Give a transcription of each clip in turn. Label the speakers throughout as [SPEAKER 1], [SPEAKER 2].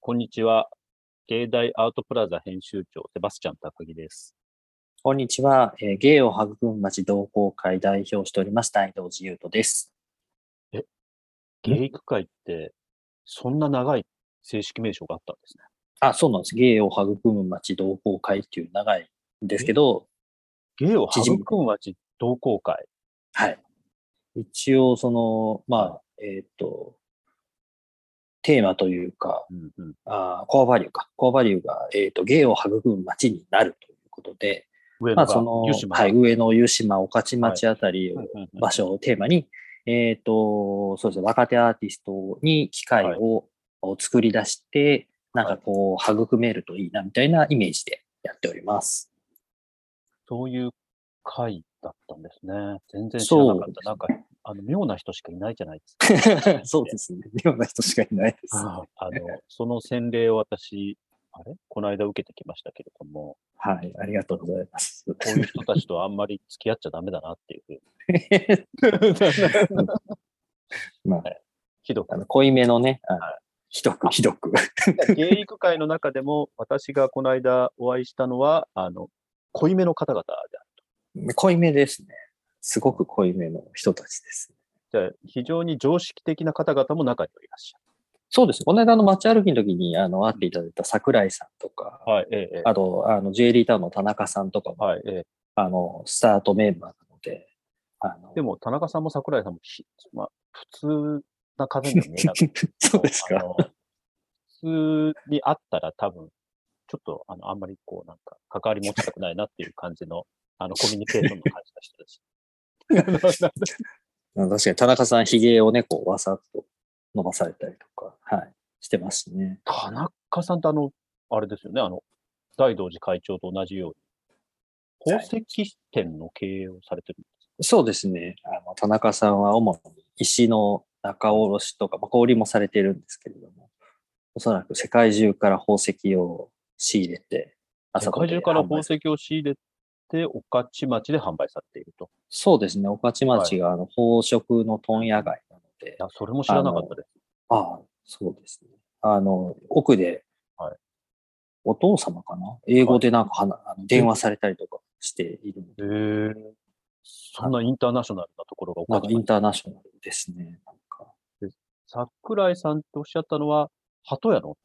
[SPEAKER 1] こんにちは。芸大アートプラザ編集長、セバスチャン高木です。
[SPEAKER 2] こんにちは、えー芸を育む町同好会代表をしております、大道寺優斗です。
[SPEAKER 1] 芸育会って、そんな長い正式名称があったんですね。
[SPEAKER 2] あ、そうなんです。芸を育む町同好会っていう長いんですけど、
[SPEAKER 1] 芸を
[SPEAKER 2] 縮む
[SPEAKER 1] 育む町同好会。
[SPEAKER 2] はい。一応、その、まあ、えーっ、と、テーマというか、
[SPEAKER 1] うんうん、
[SPEAKER 2] あーコアバリューか。コアバリューが、えーっ、と、芸を育む町になるということで、
[SPEAKER 1] 上野
[SPEAKER 2] まあ、
[SPEAKER 1] が
[SPEAKER 2] その、
[SPEAKER 1] 湯島
[SPEAKER 2] はい、上野、湯島、御徒町あたりを、
[SPEAKER 1] うんうんうん
[SPEAKER 2] 場所をテーマに、えっ、と、そうですね、若手アーティストに機会をを作り出して、なんかこう、育めるといいな、みたいなイメージでやっており ます。
[SPEAKER 1] そういう会だったんですね。全然知らなか
[SPEAKER 2] そう
[SPEAKER 1] っ
[SPEAKER 2] です
[SPEAKER 1] た。
[SPEAKER 2] ね
[SPEAKER 1] なんか、あの、妙な人しかいないじゃないですか。
[SPEAKER 2] そうですね。妙な人しかいないです。は
[SPEAKER 1] あの、その洗礼を私、あれこの間受けてきましたけれども、
[SPEAKER 2] い、ありがとうございます。
[SPEAKER 1] こういう人たちとあんまり付き合っちゃダメだなっていうふうに、
[SPEAKER 2] まあ、
[SPEAKER 1] ひどく
[SPEAKER 2] あの濃いめのね、あのひどくひどく。
[SPEAKER 1] 芸育会の中でも、私がこの間お会いしたのは、あの、濃いめの方々である
[SPEAKER 2] 濃いめですね。すごく濃いめの人たちです。
[SPEAKER 1] じゃあ非常に常識的な方々も中にはいらっし
[SPEAKER 2] そうですね。この間の街歩きの時にあの会っていただいた桜井さんとか、
[SPEAKER 1] ゃる。はい、ええ、
[SPEAKER 2] あと、あの、ジュエリータウンの田中さんとかも、
[SPEAKER 1] はい、ええ。
[SPEAKER 2] あの、スタートメンバーなので、あの、
[SPEAKER 1] でも、田中さんも桜井さんもひ、まあ、普通な風 には見えなかっ
[SPEAKER 2] そうです
[SPEAKER 1] たあ
[SPEAKER 2] か。
[SPEAKER 1] の普通に会ったら多分、ちょっと、あの、あんまりこう、なんか、関わり持ちたくないなっていう感じの、あの、コミュニケーションの感 じの人です。
[SPEAKER 2] うん確かに田中さん、髭をね、こう、わさっと伸ばされたりとか、はい、してますしね。
[SPEAKER 1] 田中さんってあの、あれですよね、あの、大道寺会長と同じように、
[SPEAKER 2] はい
[SPEAKER 1] 宝石店の経営をされてるんです。
[SPEAKER 2] そうですね。あの、田中さんは主に石の中卸しとか、まあ、小売りもされてるんですけれども、おそらく世界中から宝石を仕入れて、あ
[SPEAKER 1] 世
[SPEAKER 2] そこ
[SPEAKER 1] 界
[SPEAKER 2] で
[SPEAKER 1] 中から
[SPEAKER 2] 販
[SPEAKER 1] 宝
[SPEAKER 2] 売する
[SPEAKER 1] 石を仕入れて、御徒町で販売されていると。
[SPEAKER 2] そうですね。御徒町が、あの、宝飾の問屋街なので、
[SPEAKER 1] いや、それも知らなかったです。
[SPEAKER 2] ああ、そうですね。あの、奥で、
[SPEAKER 1] はい
[SPEAKER 2] お父様かな英語でなんかはな、あの電話されたりとかしているので、
[SPEAKER 1] へえ。そんなインターナショナルなところが
[SPEAKER 2] な
[SPEAKER 1] 御
[SPEAKER 2] んか
[SPEAKER 1] 徒
[SPEAKER 2] イン
[SPEAKER 1] 町。
[SPEAKER 2] ターナショナルですね。なんか
[SPEAKER 1] 桜井さんっておっしゃったのは、鳩屋の、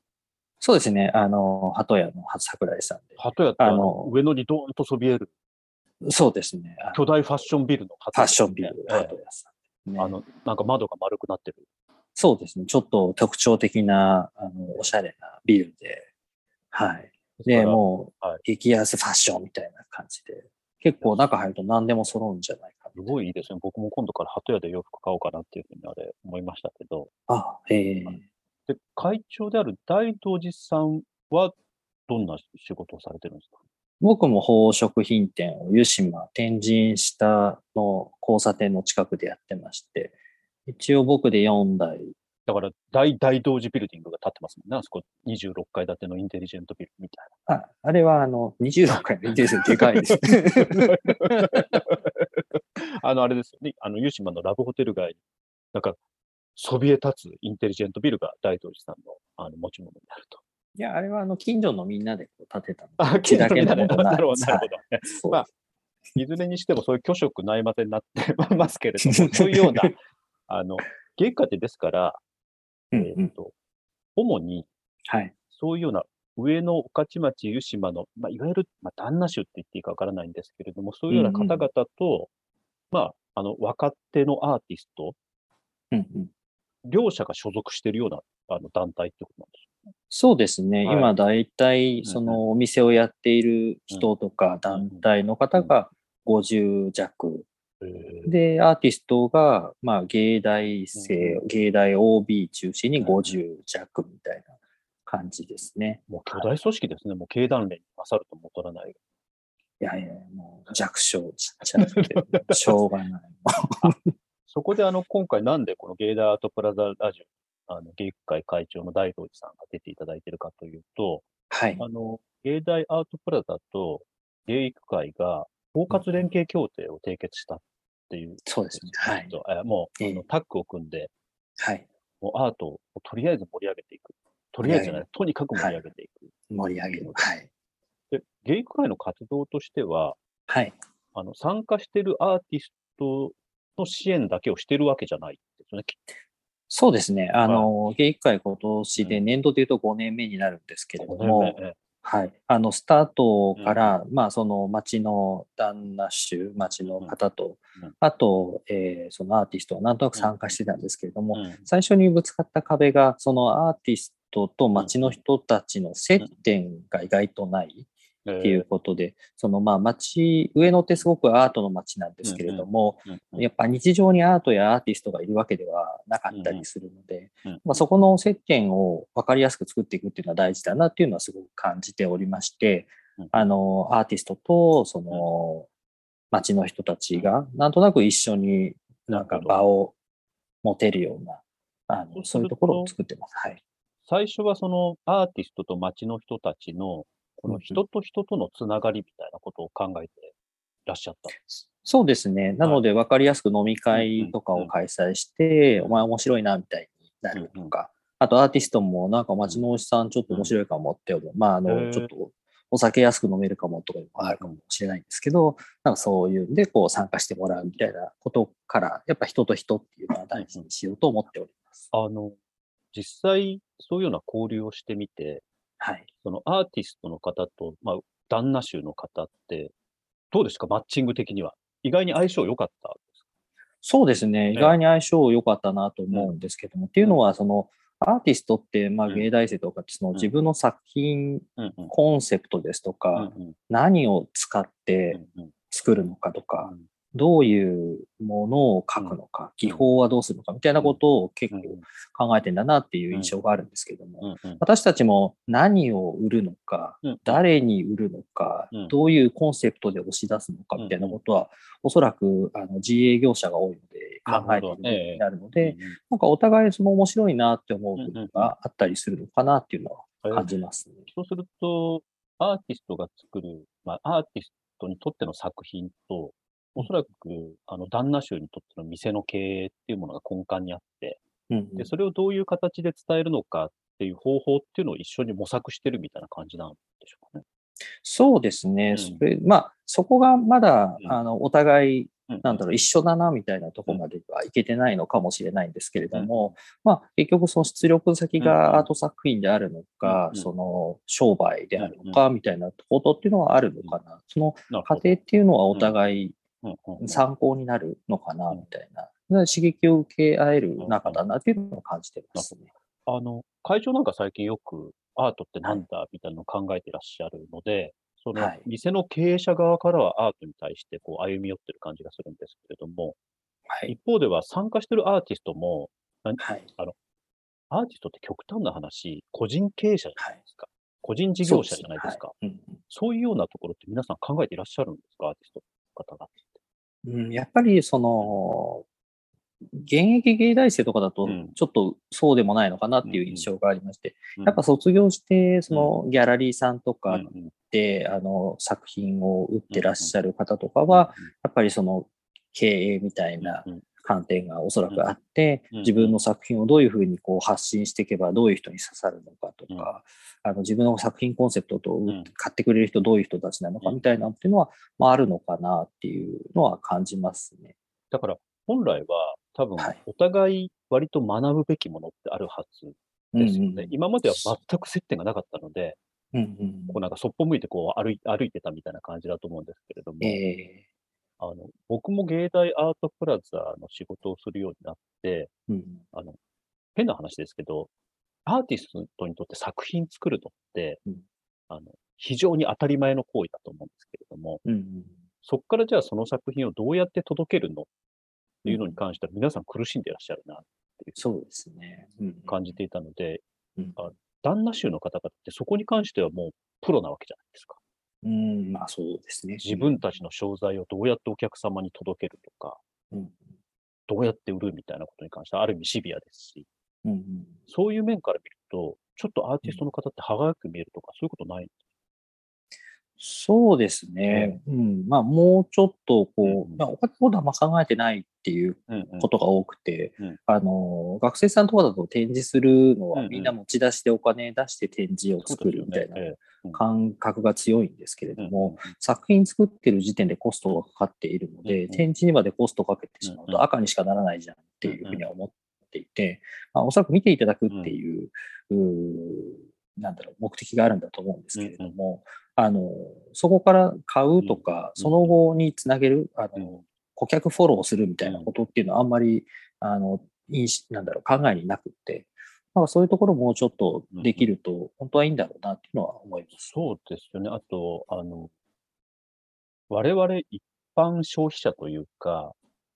[SPEAKER 2] そうですね。あの、鳩屋の桜井さん
[SPEAKER 1] 鳩屋ってあの
[SPEAKER 2] あの
[SPEAKER 1] 上野にドーンとそびえる
[SPEAKER 2] で。そうですね。あの
[SPEAKER 1] 巨大ファッションビルの
[SPEAKER 2] フ
[SPEAKER 1] 鳩
[SPEAKER 2] ァ
[SPEAKER 1] 屋
[SPEAKER 2] ッ
[SPEAKER 1] で
[SPEAKER 2] シ
[SPEAKER 1] す
[SPEAKER 2] ョ
[SPEAKER 1] ね、
[SPEAKER 2] ンビル、
[SPEAKER 1] え
[SPEAKER 2] 鳩
[SPEAKER 1] え
[SPEAKER 2] 屋さん、ね
[SPEAKER 1] あの、なんか窓が丸くなってる。
[SPEAKER 2] そうですね。ちょっと特徴的な、あの、おしゃれなビルで、はい。
[SPEAKER 1] だ
[SPEAKER 2] で、
[SPEAKER 1] から
[SPEAKER 2] も
[SPEAKER 1] は
[SPEAKER 2] う
[SPEAKER 1] い、
[SPEAKER 2] 激安ファッションみたいな感じで、結構中入ると何でも揃うんじゃないか
[SPEAKER 1] す
[SPEAKER 2] な。
[SPEAKER 1] ごいいいですね。僕も今度から鳩屋で洋服買おうかなっていうふうにあれ思いましたけど。
[SPEAKER 2] あ、ええ
[SPEAKER 1] で、会長である大東寺さんはどんな仕事をされてるんですか
[SPEAKER 2] 僕も宝飾品店を湯島、天神下の交差点の近くでやってまして、一応僕で4台、
[SPEAKER 1] だから大大東寺ビルディングが建ってますもんね。あそこ26階建てのインテリジェントビルみたい
[SPEAKER 2] ああれはあの26回のインテリジェントでか いです。
[SPEAKER 1] な。 あの、あれですよね。あの、湯島のラブホテル街に、なんか、そびえ立つインテリジェントビルが大東寺さんのあの持ち物になると。
[SPEAKER 2] いや、あれはあの近所のみんなでこう建てたの。
[SPEAKER 1] あ、
[SPEAKER 2] ちだけ
[SPEAKER 1] な
[SPEAKER 2] の
[SPEAKER 1] る
[SPEAKER 2] も
[SPEAKER 1] ほど、
[SPEAKER 2] のな
[SPEAKER 1] なんるほど。
[SPEAKER 2] です
[SPEAKER 1] なるほど
[SPEAKER 2] そう
[SPEAKER 1] まあいずれにしてもそういう虚職ないまぜになって ますけれども、そういうような、 あの、月下ってですから、
[SPEAKER 2] うん
[SPEAKER 1] え
[SPEAKER 2] う
[SPEAKER 1] ー
[SPEAKER 2] ん
[SPEAKER 1] っと、主に
[SPEAKER 2] はい。
[SPEAKER 1] そういうような上野、御徒町、湯島の、まあ、いわゆる、まあ、旦那衆って言っていいかわからないんですけれども、そういうような方々と、まあ、あの、若手のアーティスト、
[SPEAKER 2] うんうん
[SPEAKER 1] 両者が所属しているようなあの団体ってことなんです
[SPEAKER 2] そうですね。
[SPEAKER 1] はい
[SPEAKER 2] 今、だいたい、
[SPEAKER 1] ん
[SPEAKER 2] そのお店をやっている人とか団体の方が50弱。
[SPEAKER 1] よ。
[SPEAKER 2] で、アーティストが、まあ、芸大生、芸大 OB 中心に50弱みたいな感じですね。
[SPEAKER 1] もう巨大組織ですね。もう経団連に勝るとも劣らない。
[SPEAKER 2] いやいや、もう弱小ちっちゃくて、 しょうがない。
[SPEAKER 1] そこであの、今回なんでこのゲイダーアートプラザラジオ、あの、芸会会長の大道寺さんが出ていただいてるかというと、
[SPEAKER 2] はい。
[SPEAKER 1] あの、芸大アートプラザと芸育会が包括連携協定を締結したっていう、
[SPEAKER 2] そうですね。はい。
[SPEAKER 1] とえもう、
[SPEAKER 2] ええ
[SPEAKER 1] あのタッグを組んで、
[SPEAKER 2] はい。
[SPEAKER 1] もうアートをとりあえず盛り上げていく。とりあえずじゃない
[SPEAKER 2] や
[SPEAKER 1] い、とにかく盛り上げていく。
[SPEAKER 2] 盛り上げる。はい。
[SPEAKER 1] で、ゲイ会の活動としては、
[SPEAKER 2] はい。
[SPEAKER 1] あの、参加してるアーティストの支援だけをしてるわけじゃないですよね。きっ
[SPEAKER 2] そうですね。あの、芸一会今年で年度で言うと5年目になるんですけれど
[SPEAKER 1] と
[SPEAKER 2] も、
[SPEAKER 1] ねえ
[SPEAKER 2] はい。あの、スタートから、まあ、その町の旦那衆、町の方と、
[SPEAKER 1] うんうん
[SPEAKER 2] あと、えーそのアーティストはなんとなく参加してたんですけれども、
[SPEAKER 1] え
[SPEAKER 2] 最初にぶつかった壁が、そのアーティストと町の人たちの接点が意外とない
[SPEAKER 1] うん
[SPEAKER 2] っていうことで、そのまあ町、上野ってすごくアートの町なんですけれども、
[SPEAKER 1] えーうん
[SPEAKER 2] やっぱ日常にアートやアーティストがいるわけではなかったりするので、
[SPEAKER 1] うんうん
[SPEAKER 2] まあ、そこの接点を分かりやすく作っていくっていうのは大事だなっていうのはすごく感じておりまして
[SPEAKER 1] うん、
[SPEAKER 2] あの、アーティストとその街の人たちがなんとなく一緒になんか場を持てるような、あ
[SPEAKER 1] そうすると
[SPEAKER 2] のそういうところを作ってます。はい。
[SPEAKER 1] 最初はそのアーティストと街の人たちの、こ
[SPEAKER 2] うんう
[SPEAKER 1] の
[SPEAKER 2] ん
[SPEAKER 1] 人と人とのつながりみたいなことを考えていらっしゃった。
[SPEAKER 2] そうですね。なので分かりやすく飲み会とかを開催して、
[SPEAKER 1] うん
[SPEAKER 2] お前面白いなみたいになるとか、あとアーティストもなんか街のおじさんちょっと面白いかもって思う。まあ、あ
[SPEAKER 1] へえ
[SPEAKER 2] の、ちょっとお酒安く飲めるかもとかいうのもあるかもしれないんですけど、なんかそういうんでこう参加してもらうみたいなことから、やっぱ人と人っていうのは大事にしようと思っております。
[SPEAKER 1] あの、実際、そういうような交流をしてみて、
[SPEAKER 2] はい。
[SPEAKER 1] そのアーティストの方と、まあ、旦那衆の方って、どうですかマッチング的には。意外に相性良かったです
[SPEAKER 2] そうですね。
[SPEAKER 1] え
[SPEAKER 2] 意外に相性良かったなと思うんですけども、っていうのはその、アーティストって、まあ、
[SPEAKER 1] うん
[SPEAKER 2] 芸大生とかって、その
[SPEAKER 1] うん
[SPEAKER 2] 自分の作品
[SPEAKER 1] かうんうん
[SPEAKER 2] コンセプトですとか、
[SPEAKER 1] うん
[SPEAKER 2] 何を使っ
[SPEAKER 1] う
[SPEAKER 2] て
[SPEAKER 1] んうん
[SPEAKER 2] 作るのかとか、
[SPEAKER 1] うん
[SPEAKER 2] どういうものを書くのか、技法はどうするのかみたいなことを結構考えてんだなっていう印象があるんですけども、
[SPEAKER 1] うんうん
[SPEAKER 2] 私たちも何を売るのか、
[SPEAKER 1] うん
[SPEAKER 2] 誰に売るのか、
[SPEAKER 1] うん
[SPEAKER 2] どういうコンセプトで押し出すのかみたいなことは、おそらくあの自営業者が多いので考えているようになるので、なんかお互いその面白いなって思う部分があったりするのかなっていうの
[SPEAKER 1] うんうん
[SPEAKER 2] は感じますね。
[SPEAKER 1] そうすると、アーティストが作る、まあ、アーティストにとっての作品と、おそらく、あの、旦那衆にとっての店の経営っていうものが根幹にあって、
[SPEAKER 2] うんうん
[SPEAKER 1] で、それをどういう形で伝えるのかっていう方法っていうのを一緒に模索してるみたいな感じなんでしょうかね。
[SPEAKER 2] そうです
[SPEAKER 1] うん
[SPEAKER 2] ね。それ、まあ、そこがまだ
[SPEAKER 1] う、ん
[SPEAKER 2] あの、お互い、
[SPEAKER 1] うん
[SPEAKER 2] なんだろう、一緒だな、みたいなとこまではいけてないのかもしれないんですけれども、まあ、結局、その出力先
[SPEAKER 1] うん
[SPEAKER 2] がアート作品であるのか、
[SPEAKER 1] うん
[SPEAKER 2] その、商売であるのか、みたいなことっていうのはあるのかな。その
[SPEAKER 1] なる
[SPEAKER 2] 過
[SPEAKER 1] ほど
[SPEAKER 2] 程っていうのはお互い
[SPEAKER 1] うんうんうん
[SPEAKER 2] 参考になるのかな、
[SPEAKER 1] うん
[SPEAKER 2] みたいな。刺激を受け合える中だなっていうのを感じてますね。
[SPEAKER 1] あの、会場なんか最近よくアートってなんだみたいなのを考えてらっしゃるので、その
[SPEAKER 2] はい
[SPEAKER 1] 店の経営者側からはアートに対してこう歩み寄ってる感じがするんですけれども、
[SPEAKER 2] はい。
[SPEAKER 1] 一方では参加してるアーティストも、
[SPEAKER 2] はい。
[SPEAKER 1] アーティストって極端な話、個人経営者じゃないですか。個人事
[SPEAKER 2] そう
[SPEAKER 1] 業
[SPEAKER 2] で
[SPEAKER 1] 者
[SPEAKER 2] す
[SPEAKER 1] じゃないですか。。
[SPEAKER 2] はいうんうん
[SPEAKER 1] そういうようなところって皆さん考えていらっしゃるんですか、アーティストの方が。
[SPEAKER 2] うん、やっぱりその、現役芸大生とかだと
[SPEAKER 1] うん、
[SPEAKER 2] ちょっとそうでもないのかなっていう印象がありまして、
[SPEAKER 1] うん
[SPEAKER 2] やっぱ卒業して、そのギャラリーさんと
[SPEAKER 1] う
[SPEAKER 2] か
[SPEAKER 1] んうん
[SPEAKER 2] で、あの、作品を売ってらっしゃる方とかは、やっぱりその、経営みたいな
[SPEAKER 1] うんうん
[SPEAKER 2] 観点がおそらくあって、
[SPEAKER 1] うんうん
[SPEAKER 2] 自分の作品をどういうふうにこう発信していけば、どういう人に刺さるのかとか、あの自分の作品コンセプトと
[SPEAKER 1] ん
[SPEAKER 2] 買ってくれる人どういう人たちなのかみたいなっていうのは、まああるのかなっていうのは感じますね。
[SPEAKER 1] だから本来は多分
[SPEAKER 2] はい
[SPEAKER 1] お互い割と学ぶべきものってあるはずですよね。今までは全く接点がなかったので、
[SPEAKER 2] うんうん
[SPEAKER 1] こうなんかそっぽ向いてこう歩い歩いてたみたいな感じだと思うんですけれども、
[SPEAKER 2] え
[SPEAKER 1] あの僕も芸大アートプラザの仕事をするようになって、
[SPEAKER 2] えうん
[SPEAKER 1] あの、変な話ですけど、アーティストにとって作品作るのって、
[SPEAKER 2] うん
[SPEAKER 1] あの、非常に当たり前の行為だと思うんですけれども、
[SPEAKER 2] うんうん
[SPEAKER 1] そこからじゃあその作品をどうやって届けるのっていうのに関しては皆さん苦しんでいらっしゃるなっていう
[SPEAKER 2] そうですね。うん
[SPEAKER 1] 感じていたので、
[SPEAKER 2] うん
[SPEAKER 1] あ旦那衆の方々ってそこに関してはもうプロなわけじゃないですか。
[SPEAKER 2] うん、まあそうですね。
[SPEAKER 1] 自分たちの商材をどうやってお客様に届けるとか、
[SPEAKER 2] うん
[SPEAKER 1] どうやって売るみたいなことに関してはある意味シビアですし、
[SPEAKER 2] うんうん
[SPEAKER 1] そういう面から見ると、ちょっとアーティストの方って歯がゆく見えるとか、そういうことない
[SPEAKER 2] そうですね。うん。まあもうちょっとこう、
[SPEAKER 1] うん
[SPEAKER 2] まあ他のことはまあ考えてないっていう
[SPEAKER 1] うんうん
[SPEAKER 2] ことが多くて、
[SPEAKER 1] うん
[SPEAKER 2] あの学生さんとかだと展示するの
[SPEAKER 1] うんう
[SPEAKER 2] は
[SPEAKER 1] ん
[SPEAKER 2] みんな持ち出してお金出して展示を作るみたいな感覚が強いんですけれども、作品作ってる時点でコストがかかっているの
[SPEAKER 1] うんう
[SPEAKER 2] で、
[SPEAKER 1] ん
[SPEAKER 2] 展示にまでコストかけてしま
[SPEAKER 1] うん
[SPEAKER 2] う
[SPEAKER 1] うん
[SPEAKER 2] と赤にしかならないじゃんっていうふうには思っていて、まあ、おそらく見ていただくっていう、うーなんだろう、目的があるんだと思うんですけれども、あの、そこから買うとか、その後につなげる、あ
[SPEAKER 1] うん
[SPEAKER 2] の、顧客フォローするみたいなことっていうのはあんまり、あの、いいしなんだろう、考えになくって、なんかそういうところもちょっとできると、本当はいいんだろうなっていうのは思います。
[SPEAKER 1] そうですよね。あと、あの、我々一般消費者というか、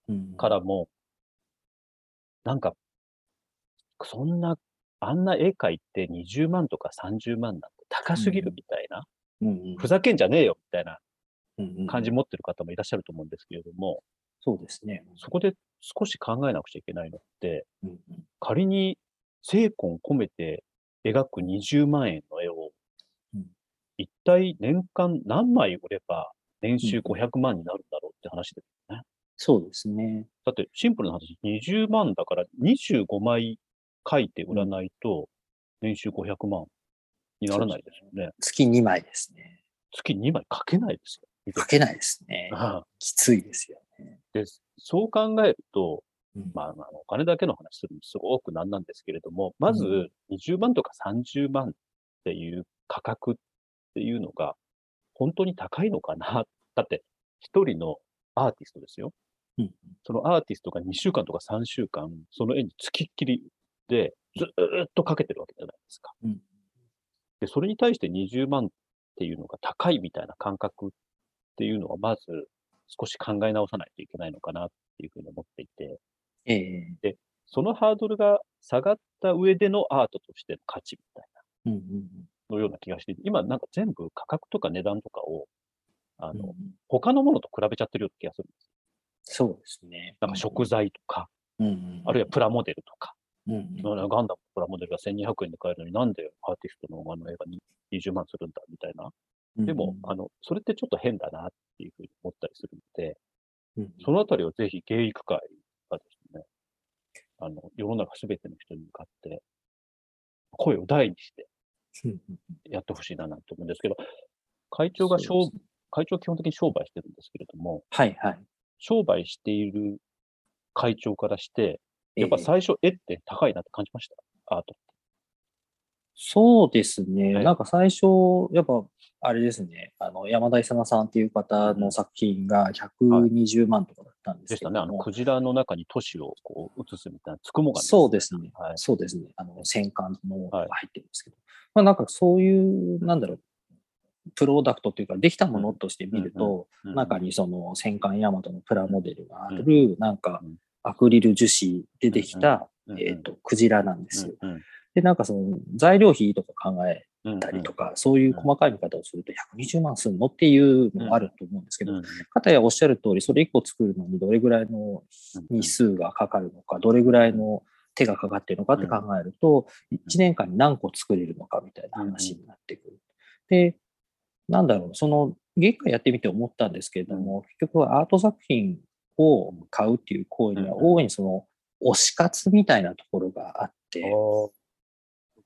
[SPEAKER 2] うん
[SPEAKER 1] からも、なんか、そんな、あんな絵描いて20万とか30万なんて高すぎるみたいな、
[SPEAKER 2] うんうん
[SPEAKER 1] ふざけんじゃねえよみたいな感じ
[SPEAKER 2] も。
[SPEAKER 1] 持ってる方もいらっしゃると思うんですけれども、
[SPEAKER 2] そうですね。
[SPEAKER 1] そこで少し考えなくちゃいけないのって、
[SPEAKER 2] うんうん
[SPEAKER 1] 仮に精魂込めて描く20万円の絵を
[SPEAKER 2] うん、
[SPEAKER 1] 一体年間何枚売れば年収
[SPEAKER 2] うん
[SPEAKER 1] 500万になるんだろうって話で。
[SPEAKER 2] そうですね。
[SPEAKER 1] だってシンプルな話、20万だから25枚書いて売らないと年収500万にならないですよね。
[SPEAKER 2] 月2枚ですね。
[SPEAKER 1] 月2枚書けないですよ。見て
[SPEAKER 2] かけないですね。
[SPEAKER 1] ああ
[SPEAKER 2] きついですよね。
[SPEAKER 1] で、そう考えると、
[SPEAKER 2] うん
[SPEAKER 1] まあ、あのお金だけの話するのすごくなんなんですけれども、まず
[SPEAKER 2] うん
[SPEAKER 1] 20万とか30万っていう価格っていうのが本当に高いのかな。 だって一人のアーティストですよ。
[SPEAKER 2] うん
[SPEAKER 1] そのアーティストが2週間とか3週間、その絵につきっきりでずーっとかけてるわけじゃないですか。
[SPEAKER 2] うん
[SPEAKER 1] で、それに対して20万っていうのが高いみたいな感覚っていうのは、まず少し考え直さないといけないのかなっていうふうに思っていて、
[SPEAKER 2] ええ
[SPEAKER 1] そのハードルが下がった上でのアートとしての価値みたい
[SPEAKER 2] うんうん
[SPEAKER 1] なのような気がして、今なんか全部価格とか値段とかを、あ
[SPEAKER 2] うんう
[SPEAKER 1] の、
[SPEAKER 2] ん
[SPEAKER 1] 他のものと比べちゃってるような気がするんです。
[SPEAKER 2] そうですね。
[SPEAKER 1] なんか食材とか、
[SPEAKER 2] うんうん、
[SPEAKER 1] あるい
[SPEAKER 2] は、
[SPEAKER 1] はプラモデルとか、
[SPEAKER 2] うんうん
[SPEAKER 1] ガンダムのプラモデルが1200円で買えるのになんでアーティストのあの映画に20万するんだみたいな。
[SPEAKER 2] うん
[SPEAKER 1] でも、あの、それってちょっと変だなっていうふうに思ったりするので、
[SPEAKER 2] うんうん
[SPEAKER 1] そのあたりをぜひ芸育会がですね、あの、世の中すべての人に向かって、声を大にして
[SPEAKER 2] うんうん
[SPEAKER 1] やってほしいななんて思うんですけど、会長が商
[SPEAKER 2] そうですね
[SPEAKER 1] 会長は基本的に商売してるんですけれども、
[SPEAKER 2] はいはい。
[SPEAKER 1] 商売している会長からして、やっぱ
[SPEAKER 2] ええ
[SPEAKER 1] 最初、絵って高いなって感じました。アート。
[SPEAKER 2] そうですね、
[SPEAKER 1] はい
[SPEAKER 2] なんか最初、やっぱあれですね、あの山田勇さんっていう方の作品が120万とかだったんです
[SPEAKER 1] でし
[SPEAKER 2] けど
[SPEAKER 1] た
[SPEAKER 2] も、
[SPEAKER 1] ね。あの、クジラの中に都市をこう映すみたいな、つくもが
[SPEAKER 2] そうですね。
[SPEAKER 1] はい
[SPEAKER 2] そうですね。あの、戦艦のものが
[SPEAKER 1] はい
[SPEAKER 2] 入ってるんですけど。まあなんかそういう、なんだろう、プロダクトというか、できたものとして見ると、
[SPEAKER 1] うん
[SPEAKER 2] 中にその戦艦ヤマトのプラモデルがある、なんか
[SPEAKER 1] うん
[SPEAKER 2] アクリル樹脂でできた、
[SPEAKER 1] うんうん
[SPEAKER 2] えっと、クジラなんですよ。
[SPEAKER 1] うんうん
[SPEAKER 2] で、なんかその材料費とか考え
[SPEAKER 1] うんうん
[SPEAKER 2] たりとか、そういう細かい見方をすると120万するのっていうのもあると思うんですけど、
[SPEAKER 1] うん
[SPEAKER 2] かたやおっしゃる通り、それ1個作るのにどれぐらいの日数がかかるのか、どれぐらいの手がかかってるのかって考えると、1年間に何個作れるのかみたいな話になってくる。で、なんだろう、その、月間やってみて思ったんですけれども、結局はアート作品を買うっていう行為には、
[SPEAKER 1] うんうん
[SPEAKER 2] 大いにその、推し活みたいなところがあって、
[SPEAKER 1] あー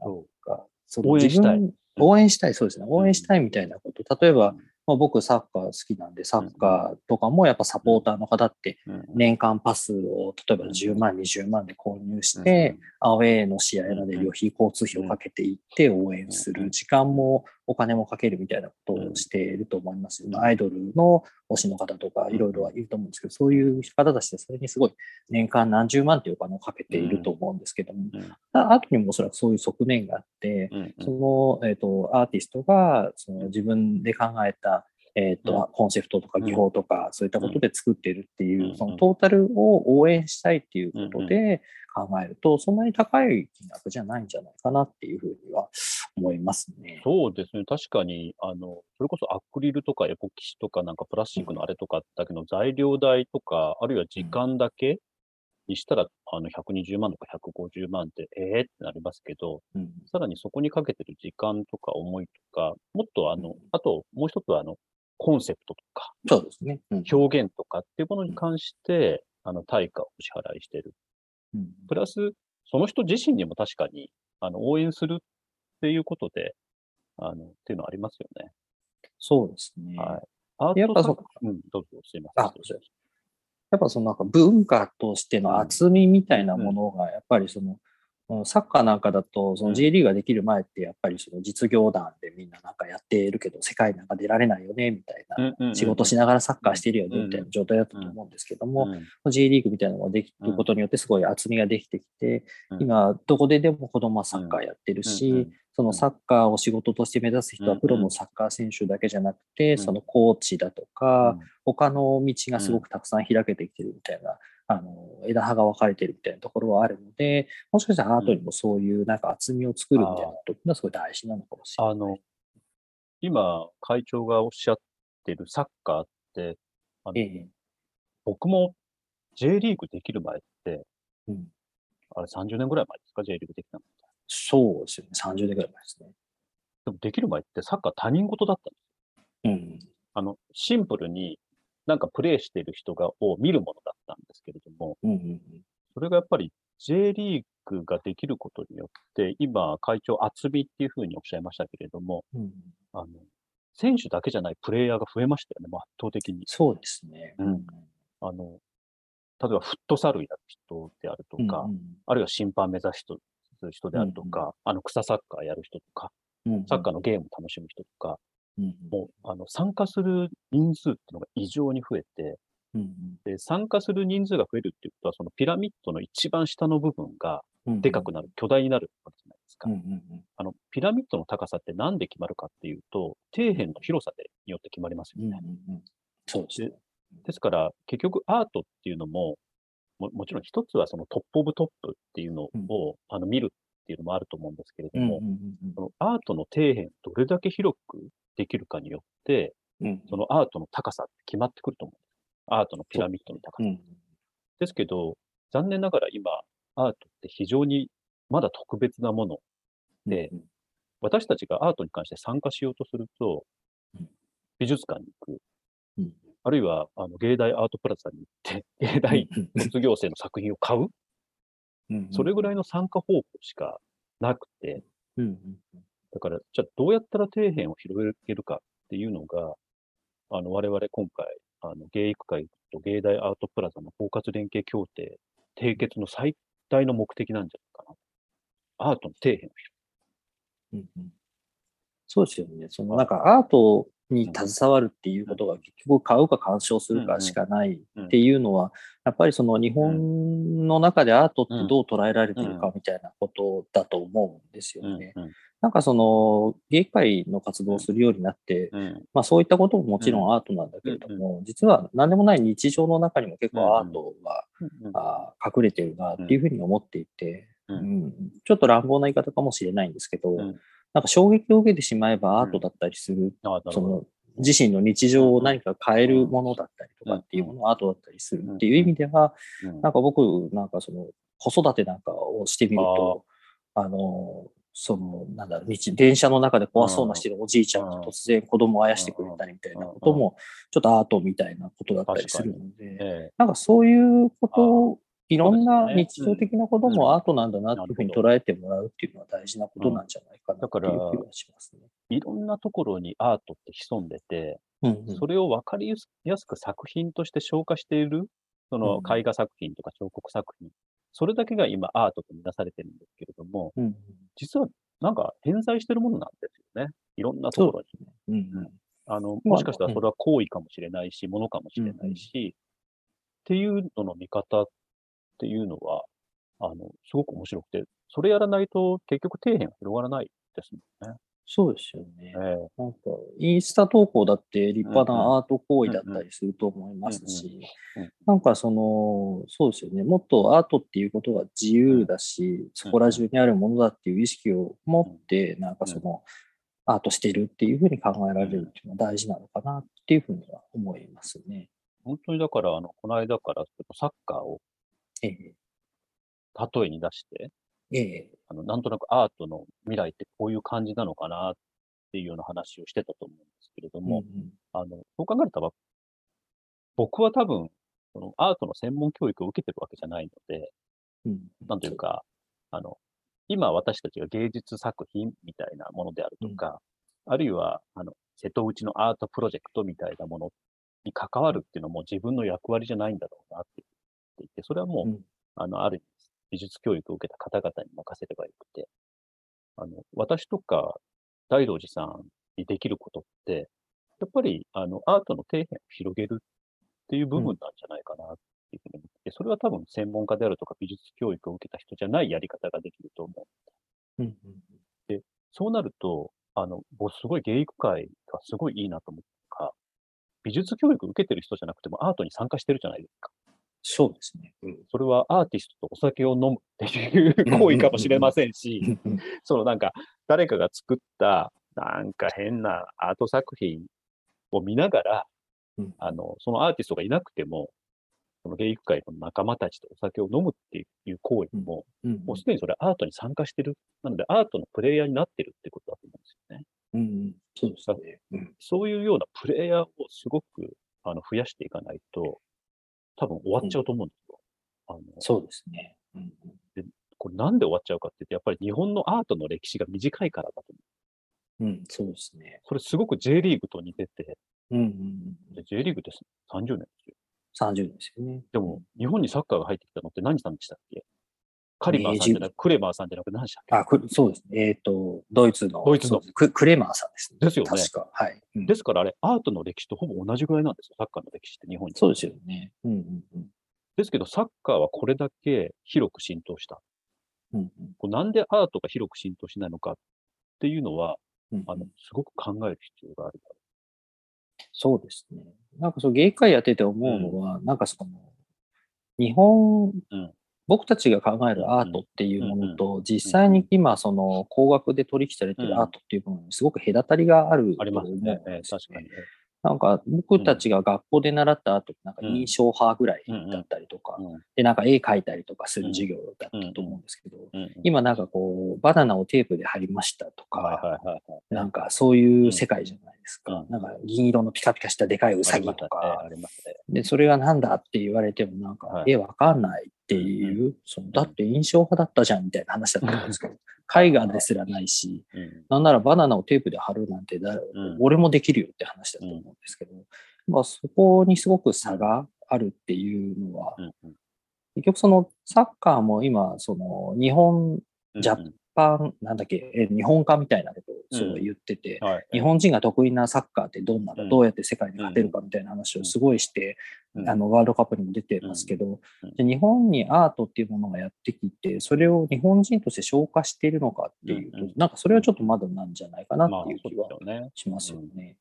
[SPEAKER 1] そう
[SPEAKER 2] かそ
[SPEAKER 1] 応
[SPEAKER 2] の
[SPEAKER 1] 援
[SPEAKER 2] 自
[SPEAKER 1] したい
[SPEAKER 2] 分応援したい、そうですね。応援したいみたいなこと。例えば
[SPEAKER 1] うん、
[SPEAKER 2] まあ、僕サッカー好きなんで、サッカーとかもやっぱサポーターの方って年間パスを例えば10万、20万で購入して、、アウェーの試合なので旅費、交通費をかけていって応援す
[SPEAKER 1] うん
[SPEAKER 2] る。時間もお金もかけるみたいなことをしていると思いますよ。まあアイドルの推しの方とかいろいろはいると思うんですけど、そういう方たちでそれにすごい年間何十万というお金をかけていると思うんですけども、あ後にもおそらくそういう側面があって、その、えっとアーティストがその自分で考えた、えっと
[SPEAKER 1] う
[SPEAKER 2] コンセプトとか技法とか、そういったことで作ってるっていう、
[SPEAKER 1] うん
[SPEAKER 2] そのトータルを応援したいっていうことで考えると、そんなに高い金額じゃないんじゃないかなっていうふうには思いますね。
[SPEAKER 1] そうですね。確かに、あの、それこそアクリルとかエポキシとかなんかプラスチックのあれとかだけど、材料代とか、あるいは時間だけにしたら、あの、120万とか150万って、ええってなりますけど、
[SPEAKER 2] うん
[SPEAKER 1] さらにそこにかけてる時間とか思いとか、もっとあ
[SPEAKER 2] う
[SPEAKER 1] の
[SPEAKER 2] ん、
[SPEAKER 1] あともう一つはあの、コンセプトとか、
[SPEAKER 2] そうですね。うん
[SPEAKER 1] 表現とかっていうものに関して、あの、対価を支払いしてる。
[SPEAKER 2] うん
[SPEAKER 1] プラス、その人自身にも確かに、あの、応援するっていうことで、あの、っていうのはありますよね。
[SPEAKER 2] そうですね。
[SPEAKER 1] はい。アート
[SPEAKER 2] やっぱ
[SPEAKER 1] 作
[SPEAKER 2] そ
[SPEAKER 1] うん、どうぞ、すいません。
[SPEAKER 2] あやっぱそのなんか文化としての厚みみたいなものが、やっぱりその、うんサッカーなんかだと、そうの
[SPEAKER 1] ん
[SPEAKER 2] J リーグができる前って、やっぱりその実業団でみんななんかやっているけど、世界なんか出られないよね、みたいな。
[SPEAKER 1] うん
[SPEAKER 2] 仕事し
[SPEAKER 1] な
[SPEAKER 2] ながらサッカーしてるよね、
[SPEAKER 1] うん
[SPEAKER 2] みたいな状態だったと思うんですけども、
[SPEAKER 1] も、
[SPEAKER 2] J リーグみたいなのができることによってすごい厚みができてきて、
[SPEAKER 1] うん
[SPEAKER 2] 今どこででも子供はサッカーやってるし、
[SPEAKER 1] うんうん
[SPEAKER 2] そのサッカーを仕事として目指す人
[SPEAKER 1] う
[SPEAKER 2] は
[SPEAKER 1] ん
[SPEAKER 2] プロのサッカー選手だけじゃなくて、
[SPEAKER 1] ん
[SPEAKER 2] そのコーチだとか、他の道がすごくたくさん開けてきてるみたいな、あの枝葉が分かれてるみたいなところはあるのでもしかしたらアートにもそういうなんか厚みを作るみたいなことってのはすごい大事なのかもしれない。
[SPEAKER 1] あの、今、会長がおっしゃってるサッカーって、あの
[SPEAKER 2] ええ
[SPEAKER 1] 僕も J リーグできる前って、
[SPEAKER 2] うん
[SPEAKER 1] あれ30年ぐらい前ですか、J リーグできたの。
[SPEAKER 2] そうですよね30年ぐらい前ですね。
[SPEAKER 1] でもできる前ってサッカー他人事だったの。
[SPEAKER 2] うん
[SPEAKER 1] あの、シンプルになんかプレーしてる人がを見るものだったんですけれども、
[SPEAKER 2] うんうん
[SPEAKER 1] それがやっぱり J リーグができることによって、今、会長厚みっていうふうにおっしゃいましたけれども、
[SPEAKER 2] うんうん、
[SPEAKER 1] あの、選手だけじゃないプレイヤーが増えましたよね、もう圧倒的に。
[SPEAKER 2] そうですね。
[SPEAKER 1] うんあの、例えばフットサルやる人であるとか、あるいは審判目指す人する人であるとか、あの草サッカーやる人とか、サッカー
[SPEAKER 2] の、
[SPEAKER 1] のゲーム楽しむ人とか、
[SPEAKER 2] うん
[SPEAKER 1] もうあの参加する人数っていうのが異常に増えて、
[SPEAKER 2] うん
[SPEAKER 1] で参加する人数が増えるっていうことは、そのピラミッドの一番下の部分が
[SPEAKER 2] うん、
[SPEAKER 1] でかく
[SPEAKER 2] な
[SPEAKER 1] なる、巨大になるわけじゃないですか。
[SPEAKER 2] うんうん
[SPEAKER 1] あのピラミッドの高さってなんで決まるかっていうと、底辺の広さでによって決まります
[SPEAKER 2] う
[SPEAKER 1] よ
[SPEAKER 2] んうん
[SPEAKER 1] ね。
[SPEAKER 2] うんうん、そうですね。
[SPEAKER 1] ですから、結局アートっていうのも、ももちろん一つはそのトップオブトップっていうのを、
[SPEAKER 2] うん
[SPEAKER 1] あの見るっていうのもあると思うんですけれど
[SPEAKER 2] うんう
[SPEAKER 1] も、
[SPEAKER 2] んうん
[SPEAKER 1] そのアートの底辺どれだけ広くできるかによって、
[SPEAKER 2] うん
[SPEAKER 1] そのアートの高さって決まってくると思うんです。アートのピラミッドの高さ。
[SPEAKER 2] うん
[SPEAKER 1] ですけど、残念ながら今、アートって非常にまだ特別なもの。で
[SPEAKER 2] うん
[SPEAKER 1] 私たちがアートに関して参加しようとすると
[SPEAKER 2] うん、
[SPEAKER 1] 美術館に行く
[SPEAKER 2] うん。
[SPEAKER 1] あるいは、あの、芸大アートプラザに行って、芸大卒業生の作品を買う。
[SPEAKER 2] うん
[SPEAKER 1] それぐ
[SPEAKER 2] らい、
[SPEAKER 1] らいの参加方法しかなくて、
[SPEAKER 2] うんうん
[SPEAKER 1] だから、じゃあどうやったら底辺を広げるかっていうのが、あの、我々今回、あの、芸育会と芸大アートプラザの包括連携協定、締結の最大の目的なんじゃないかな。アートの底辺を
[SPEAKER 2] うんうんそうですよね。そのなんかアートに携わるっていうことが結局買うか鑑賞するかしかないっていうのは、やっぱりその日本の中でアートってどう捉えられてるかみたいなことだと思うんですよ
[SPEAKER 1] 広
[SPEAKER 2] ね
[SPEAKER 1] げ。る。
[SPEAKER 2] なんかその芸会の活動をするようになって、
[SPEAKER 1] うんうん
[SPEAKER 2] まあ、そういったことももちろんアートなんだけれども、実は何でもない日常の中にも結構アートが、
[SPEAKER 1] うん
[SPEAKER 2] あー隠れてるなっていうふうに思っていて、
[SPEAKER 1] うん
[SPEAKER 2] うんちょっと乱暴な言い方かもしれないんですけど、
[SPEAKER 1] ん
[SPEAKER 2] なんか衝撃を受けてしまえばアートだったりする、
[SPEAKER 1] ああ、なる
[SPEAKER 2] そ
[SPEAKER 1] ほど。
[SPEAKER 2] の自身の日常を何か変えるものだったりとかっていうものをアートだったりするっていう意味では、
[SPEAKER 1] うん
[SPEAKER 2] なんか僕なんかその子育てなんかをしてみると、あの、その、なんだろう、道電車の中で怖そうなしてるおじいちゃんが
[SPEAKER 1] うん
[SPEAKER 2] 突然子供をあやしてくれたりみたいなことも、ちょっとアートみたいなことだったりするので、
[SPEAKER 1] え
[SPEAKER 2] なんかそういうことを、いろん
[SPEAKER 1] そ
[SPEAKER 2] な
[SPEAKER 1] うです
[SPEAKER 2] 日
[SPEAKER 1] ね
[SPEAKER 2] 常的なこと
[SPEAKER 1] うん
[SPEAKER 2] もアートなんだなっていうふうに
[SPEAKER 1] なる
[SPEAKER 2] 捉えてもらうっていうのは大事なことなんじゃないかなっていう気がしますね。
[SPEAKER 1] えいろんなところにアートって潜んでて、
[SPEAKER 2] うんうん
[SPEAKER 1] それを分かりやすく作品として消化している、その
[SPEAKER 2] うん
[SPEAKER 1] 絵画作品とか彫刻作品、それだけが今アートとみなされてるんですけれども、
[SPEAKER 2] うんうん
[SPEAKER 1] 実はなんか偏在してるものなんですよね。いろんなところに。
[SPEAKER 2] うん
[SPEAKER 1] うんあの、
[SPEAKER 2] まあ
[SPEAKER 1] もしかしたらそれは行為かもしれないし、ものかもしれないし、っていうのの見方っていうのは、あの、すごく面白くて、それやらないと結局底辺が広がらないですもんね。
[SPEAKER 2] そうですよね。
[SPEAKER 1] ええ
[SPEAKER 2] なんか、インスタ投稿だって立派
[SPEAKER 1] うんうん
[SPEAKER 2] なアート行為だったりすると思いますし
[SPEAKER 1] うんうんうん、
[SPEAKER 2] なんかその、そうですよね、もっとアートっていうことが自由だし、そこら中にあるものだっていう意識を持って、なんかその、アートしてるっていうふうに考えられるっていうのは大事なのかなっていうふうには思いますね。
[SPEAKER 1] 本当にだから、あの、この間からサッカーを
[SPEAKER 2] ええ。
[SPEAKER 1] 例えに出して、
[SPEAKER 2] ええ。
[SPEAKER 1] あの、なんとなくアートの未来ってこういう感じなのかなっていうような話をしてたと思うんですけれども、
[SPEAKER 2] うんうん
[SPEAKER 1] あの、そう考えたら、僕は多分、そのアートの専門教育を受けてるわけじゃないので、
[SPEAKER 2] うん、
[SPEAKER 1] なんというか、あの、今私たちが芸術作品みたいなものであるとか、あるいは、あの、瀬戸内のアートプロジェクトみたいなものに関わるっていうのも自分の役割じゃないんだろうなって言っていて、それはもう、
[SPEAKER 2] うん
[SPEAKER 1] あの、ある意味美術教育を受けた方々に任せればよくて、あの、私とか大道寺さんにできることって、やっぱり、あの、アートの底辺を広げるっていう部分なんじゃないかなっていうふうに思って、それは多分専門家であるとか美術教育を受けた人じゃないやり方ができると思う。
[SPEAKER 2] うんうん
[SPEAKER 1] そうなると、あの、僕すごい芸育会がすごいいいなと思ったのが、美術教育受けてる人じゃなくてもアートに参加してるじゃないですか。
[SPEAKER 2] そうですね。
[SPEAKER 1] それはアーティストとお酒を飲むっていう行為かもしれませんし、
[SPEAKER 2] うん
[SPEAKER 1] そのなんか、誰かが作った、なんか変なアート作品を見ながら、
[SPEAKER 2] うん
[SPEAKER 1] あの、そのアーティストがいなくても、その芸育会の仲間たちとお酒を飲むっていう行為も、
[SPEAKER 2] うん
[SPEAKER 1] もうすでにそれアートに参加してる。なので、アートのプレイヤーになってるってことだと思うんですよね。
[SPEAKER 2] うんそうですね。うん
[SPEAKER 1] そういうようなプレイヤーをすごくあの増やしていかないと、多分終わっちゃうと思うんですよ。あの
[SPEAKER 2] そうですね。うん
[SPEAKER 1] これなんで終わっちゃうかって言って、やっぱり日本のアートの歴史が短いからだと思う。
[SPEAKER 2] うん、そうですね。
[SPEAKER 1] それすごく J リーグと似てて、
[SPEAKER 2] うんうんうん、
[SPEAKER 1] で J リーグって30年ですよ。
[SPEAKER 2] 30年ですよね。
[SPEAKER 1] でも、日本にサッカーが入ってきたのって何さんでしたっけカリバーさんじゃなく、クレマーさんじゃなく何でしたっけ
[SPEAKER 2] あ、くそうですね。えっ、と、ドイツの
[SPEAKER 1] ドイツの
[SPEAKER 2] そうですククレマーさんですね。
[SPEAKER 1] ですよね
[SPEAKER 2] 確か。はい。うん
[SPEAKER 1] ですからあれ、アートの歴史とほぼ同じぐらいなんですよ、サッカーの歴史って日本に。
[SPEAKER 2] そうですよね。うんうんうん
[SPEAKER 1] ですけど、サッカーはこれだけ広く浸透した。
[SPEAKER 2] うん
[SPEAKER 1] こうなんでアートが広く浸透しないのかっていうのは、
[SPEAKER 2] うん
[SPEAKER 1] あの、すごく考える必要がある。
[SPEAKER 2] そうですね。なんかその芸会やってて思うのは、なんかその、日本、
[SPEAKER 1] うん
[SPEAKER 2] 僕たちが考えるアートっていうものと、実際に今、その、工学で取引されて
[SPEAKER 1] うん
[SPEAKER 2] るアートっていうものにすごく隔たりがある
[SPEAKER 1] あります
[SPEAKER 2] と思うん
[SPEAKER 1] ね。ええ
[SPEAKER 2] ですよ
[SPEAKER 1] 確かに。
[SPEAKER 2] なんか、僕たちが学校で習ったアートって、なんか印象派ぐらいだったりとか、
[SPEAKER 1] うん
[SPEAKER 2] で、なんか絵描いたりとかする授業だったと思うんですけど、
[SPEAKER 1] うん
[SPEAKER 2] 今なんかこう、バナナをテープで貼りましたとか、
[SPEAKER 1] はいはいはいはい。
[SPEAKER 2] なんかそういう世界じゃないですか。
[SPEAKER 1] うん
[SPEAKER 2] なんか銀色のピカピカしたでかいウサギとか、
[SPEAKER 1] ありますね。
[SPEAKER 2] で、それがなんだって言われてもなんか
[SPEAKER 1] は、い
[SPEAKER 2] え、わかんないっていう、そのだって印象派だったじゃんみたいな話だったんですけど、絵画ですらないし、
[SPEAKER 1] ありますね
[SPEAKER 2] なんならバナナをテープで貼るなんてだ、
[SPEAKER 1] うん
[SPEAKER 2] 俺もできるよって話だと思うんですけど、まあそこにすごく差があるっていうのは、
[SPEAKER 1] うんうん
[SPEAKER 2] 結局そのサッカーも今、その日本
[SPEAKER 1] うん
[SPEAKER 2] ジャ
[SPEAKER 1] うん
[SPEAKER 2] パン、なんだっけ、え日本化みたいなことをそう言ってて、
[SPEAKER 1] はい
[SPEAKER 2] 日本人が得意なサッカーってどんな
[SPEAKER 1] う
[SPEAKER 2] の、
[SPEAKER 1] ん
[SPEAKER 2] どうやって世界に勝てるかみたいな話をすごいして、
[SPEAKER 1] うん
[SPEAKER 2] あのワールドカップにも出てますけど、
[SPEAKER 1] うん
[SPEAKER 2] で日本にアートっていうものがやってきて、それを日本人として消化しているのかっていうと、
[SPEAKER 1] うんうん
[SPEAKER 2] なんかそれはちょっとまだなんじゃないかな
[SPEAKER 1] まあ、
[SPEAKER 2] っ
[SPEAKER 1] そ
[SPEAKER 2] て
[SPEAKER 1] う
[SPEAKER 2] い
[SPEAKER 1] で
[SPEAKER 2] う気
[SPEAKER 1] す
[SPEAKER 2] は
[SPEAKER 1] よね。
[SPEAKER 2] しますよね。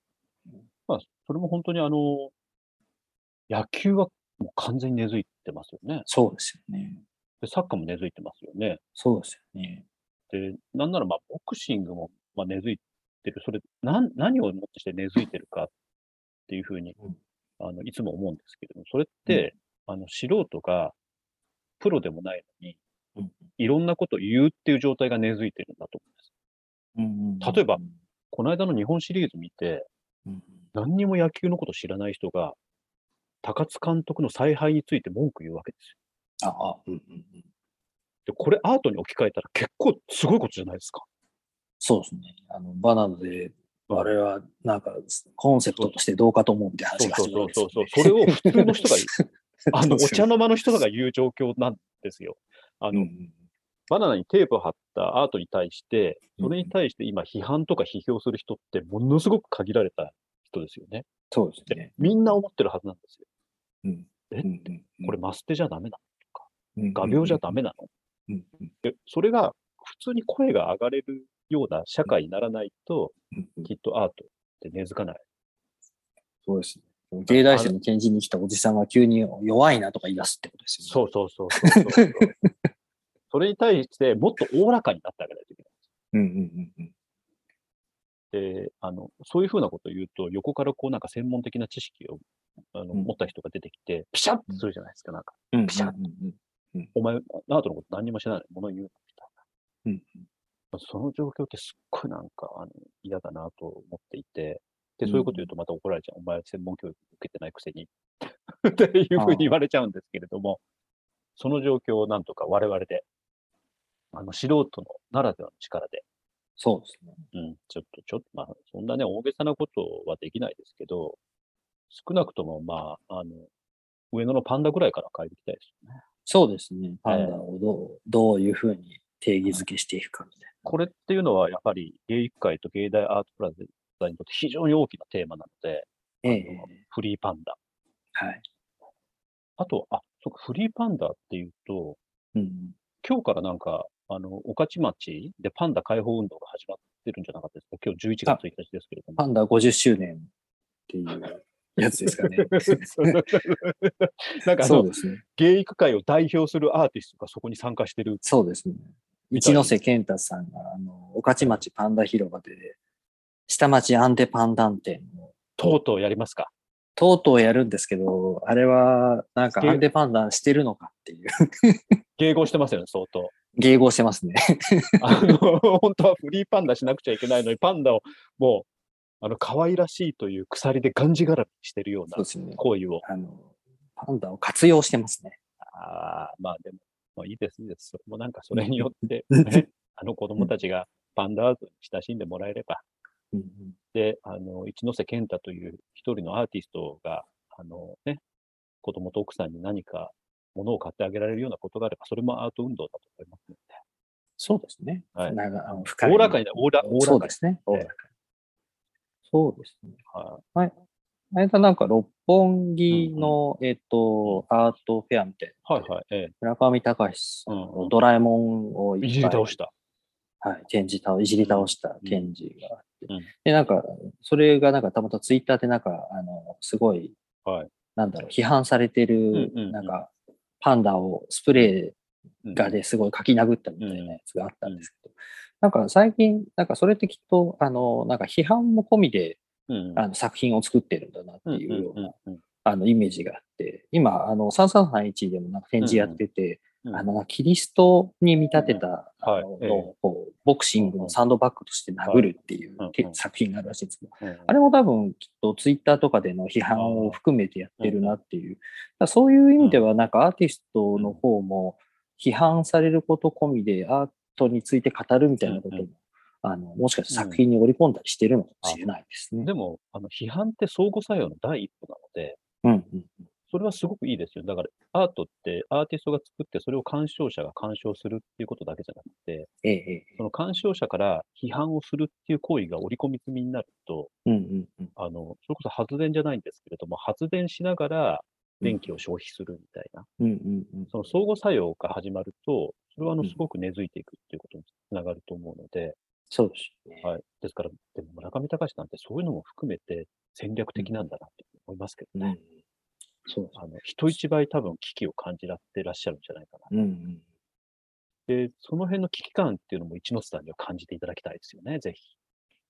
[SPEAKER 1] まあ、それも本当にあの、野球はもう完全に根付いてますよね。
[SPEAKER 2] そうですよね。
[SPEAKER 1] で、サッカーも根付いてますよね。
[SPEAKER 2] そうですよね。
[SPEAKER 1] で、なんならまあ、ボクシングもまあ根付いてる。それ、なん何をもってして根付いてるかっていうふうに
[SPEAKER 2] うん、
[SPEAKER 1] あの、いつも思うんですけれども、それって、あの、素人がプロでもないのに
[SPEAKER 2] うん、
[SPEAKER 1] いろんなことを言うっていう状態が根付いてるんだと思うんです。
[SPEAKER 2] うんうん
[SPEAKER 1] 例えばこの間の日本シリーズ見て、
[SPEAKER 2] うん
[SPEAKER 1] 何にも野球のこと知らない人が、高津監督の采配について文句言うわけですよ。
[SPEAKER 2] ああ、うんうんうん、
[SPEAKER 1] で、これアートに置き換えたら結構すごいことじゃないですか。
[SPEAKER 2] そうですね。あのバナナで、
[SPEAKER 1] うん
[SPEAKER 2] あれはなんかコンセプトとしてどうかと思うみたいな
[SPEAKER 1] そう
[SPEAKER 2] 話が
[SPEAKER 1] そうそ
[SPEAKER 2] 始まるわ
[SPEAKER 1] う
[SPEAKER 2] けです
[SPEAKER 1] そ
[SPEAKER 2] よ
[SPEAKER 1] う
[SPEAKER 2] ね
[SPEAKER 1] そう。それを普通の人が、 あの、お茶
[SPEAKER 2] の、
[SPEAKER 1] の間の人が言う状況なんですよ。あ
[SPEAKER 2] うんう
[SPEAKER 1] の、
[SPEAKER 2] ん
[SPEAKER 1] バナナにテープを貼ったアートに対して、
[SPEAKER 2] うん
[SPEAKER 1] それに対して今批判とか批評する人ってものすごく限られた人ですよね。
[SPEAKER 2] そうです
[SPEAKER 1] で
[SPEAKER 2] ね。、
[SPEAKER 1] みんな思ってるはずなんですよ。
[SPEAKER 2] うん
[SPEAKER 1] え
[SPEAKER 2] うんうん
[SPEAKER 1] これマステじゃダメな
[SPEAKER 2] うん
[SPEAKER 1] の画鋲じゃダメなの
[SPEAKER 2] うんうん
[SPEAKER 1] で、それが普通に声が上がれるような社会にならないと、
[SPEAKER 2] うんうん
[SPEAKER 1] きっとアートって根付かない。
[SPEAKER 2] そうですね。芸大生の検事に来たおじさんは急に弱いなとか言い出すってことですよね。
[SPEAKER 1] そうそうそうそうそうそれに対して、もっとおおらかになってあげないといけ
[SPEAKER 2] うんうんうん
[SPEAKER 1] ない。で、あの、そういうふうなことを言うと、横からこうなんか専門的な知識をあの
[SPEAKER 2] うん
[SPEAKER 1] 持った人が出てきて、ピシャッとするじゃないですか。なんか、
[SPEAKER 2] うん。
[SPEAKER 1] ピシャッ
[SPEAKER 2] うんうん
[SPEAKER 1] お前、アートのこと何にも知らないもの言うな、みたい
[SPEAKER 2] うんうん
[SPEAKER 1] な。その状況ってすっごいなんかあの嫌だなと思っていて、で、そういうこと言うとまた怒られちゃう。お前専門教育受けてないくせに っていうふうに言われちゃうんですけれども、その状況をなんとか我々で、あの素人のならではの力で、
[SPEAKER 2] そうですね。
[SPEAKER 1] うん、ちょっと、ちょっと、まあ、そんなね、大げさなことはできないですけど、少なくとも、まあ、あの、上野のパンダぐらいから変えていきたいですよね。
[SPEAKER 2] そうですね。パンダをどう、どういうふうに定義づけしていくかみたい
[SPEAKER 1] これっていうのは、やっぱり芸術界と芸大アートプラザにとって非常に大きなテーマなので、
[SPEAKER 2] な。え
[SPEAKER 1] あ
[SPEAKER 2] え
[SPEAKER 1] のフリーパンダ。
[SPEAKER 2] はい。
[SPEAKER 1] あと、あ、そっか、フリーパンダっていうと、
[SPEAKER 2] うん。
[SPEAKER 1] 今日からなんか、あの、御徒町でパンダ解放運動が始まってるんじゃなかったですか今日11月1日ですけれども。
[SPEAKER 2] パンダ50周年っていうやつですかね。
[SPEAKER 1] なんかあ
[SPEAKER 2] そう
[SPEAKER 1] の、
[SPEAKER 2] ですね。
[SPEAKER 1] 芸育界を代表するアーティストがそこに参加してる。
[SPEAKER 2] そうですね。
[SPEAKER 1] みたい
[SPEAKER 2] 一ノ瀬健太さんが、あの、御徒町パンダ広場で、下町アンデパンダン店を、
[SPEAKER 1] とうとうやりますか。
[SPEAKER 2] とうとうやるんですけど、あれは、なんか
[SPEAKER 1] で
[SPEAKER 2] アンデパンダンしてるのかっていう、
[SPEAKER 1] 迎合してますよね、相 当。
[SPEAKER 2] 迎合してますね。
[SPEAKER 1] あの、本当はフリーパンダしなくちゃいけないのに、パンダをもう、あの、可愛らしいという鎖でがんじがらみにしてるよう
[SPEAKER 2] そう
[SPEAKER 1] な
[SPEAKER 2] ですね。
[SPEAKER 1] 行為を。
[SPEAKER 2] あの、パンダを活用してますね。
[SPEAKER 1] ああ、まあでも、まあ、いいです、いいです。それもなんかそれによって、ね、あの子供たちがパンダアートに親しんでもらえれば。
[SPEAKER 2] うん
[SPEAKER 1] で、あの、一ノ瀬健太という一人のアーティストが、あのね、子供と奥さんに何か物を買ってあげられるようなことがあれば、それもアート運動だと思いますの
[SPEAKER 2] そうですね。
[SPEAKER 1] はい
[SPEAKER 2] なんかあの深
[SPEAKER 1] で。
[SPEAKER 2] い
[SPEAKER 1] おおらかにね、おおら、おお
[SPEAKER 2] そ
[SPEAKER 1] ら
[SPEAKER 2] う
[SPEAKER 1] か
[SPEAKER 2] で
[SPEAKER 1] に。
[SPEAKER 2] すね。おおらかにそうですね。
[SPEAKER 1] はい
[SPEAKER 2] あれだなんか六本木の、えっと、アートフェアみたいな。
[SPEAKER 1] はいはい、ええ。
[SPEAKER 2] 村上隆さん
[SPEAKER 1] うんう
[SPEAKER 2] の
[SPEAKER 1] ん
[SPEAKER 2] ドラえもんをっぱ
[SPEAKER 1] いじり倒した。
[SPEAKER 2] はい、展示倒、いじり倒した
[SPEAKER 1] うん
[SPEAKER 2] 展示があって。
[SPEAKER 1] うん
[SPEAKER 2] で、なんか、それがなんかたまたまツイッターでなんか、あの、すごい、
[SPEAKER 1] はい
[SPEAKER 2] なんだろう、批判されてる、
[SPEAKER 1] うんうんうん
[SPEAKER 2] なんか、パンダをスプレ
[SPEAKER 1] うん
[SPEAKER 2] ーがですごい書き殴ったみたいなやつがあったんですけど、なんか最近、なんかそれってきっと、あの、なんか批判も込みで、
[SPEAKER 1] うん
[SPEAKER 2] あの作品を作ってるんだなっていうような、
[SPEAKER 1] うんうん
[SPEAKER 2] あの、イメージがあって、今、あの、3331でもなんか展示やってて、
[SPEAKER 1] うんうん
[SPEAKER 2] あの、キリストに見立てた、
[SPEAKER 1] うんはい
[SPEAKER 2] あの
[SPEAKER 1] ええ
[SPEAKER 2] のをこうボクシングのサンドバッグとして殴るっていう、
[SPEAKER 1] はい
[SPEAKER 2] て
[SPEAKER 1] うんうん
[SPEAKER 2] 作品があるらしいんですけど、
[SPEAKER 1] うんうん
[SPEAKER 2] あれも多分きっとツイッターとかでの批判を含めてやってるなっていう、だからそういう意味ではなんかアーティストの方も批判されること込みでアートについて語るみたいなことも、
[SPEAKER 1] うんう
[SPEAKER 2] あのもしかして作品に織り込んだりしてるのかもしれないですね。
[SPEAKER 1] でも、あの批判って相互作用の第一歩なので、
[SPEAKER 2] うんうん
[SPEAKER 1] それはすごくいいですよ。だから、アートって、アーティストが作って、それを鑑賞者が鑑賞するっていうことだけじゃなくて、
[SPEAKER 2] ええええ
[SPEAKER 1] その鑑賞者から批判をするっていう行為が織り込み済みになると、
[SPEAKER 2] うんうんうん
[SPEAKER 1] あの、それこそ発電じゃないんですけれども、発電しながら電気を消費するみたいな、
[SPEAKER 2] うんうんうん
[SPEAKER 1] その相互作用が始まると、それはあの
[SPEAKER 2] うん
[SPEAKER 1] すごく根付いていくっていうことにつながると思うので、
[SPEAKER 2] そうですね。
[SPEAKER 1] はい。ですから、でも村上隆なんてそういうのも含めて戦略的なんだなって思いますけど
[SPEAKER 2] う
[SPEAKER 1] ね。
[SPEAKER 2] んそうです
[SPEAKER 1] あの人一倍多分危機を感じらってらっしゃるんじゃないかな。
[SPEAKER 2] ね。うんうん
[SPEAKER 1] で、その辺の危機感っていうのも一ノ瀬さんには感じていただきたいですよね、ぜひ。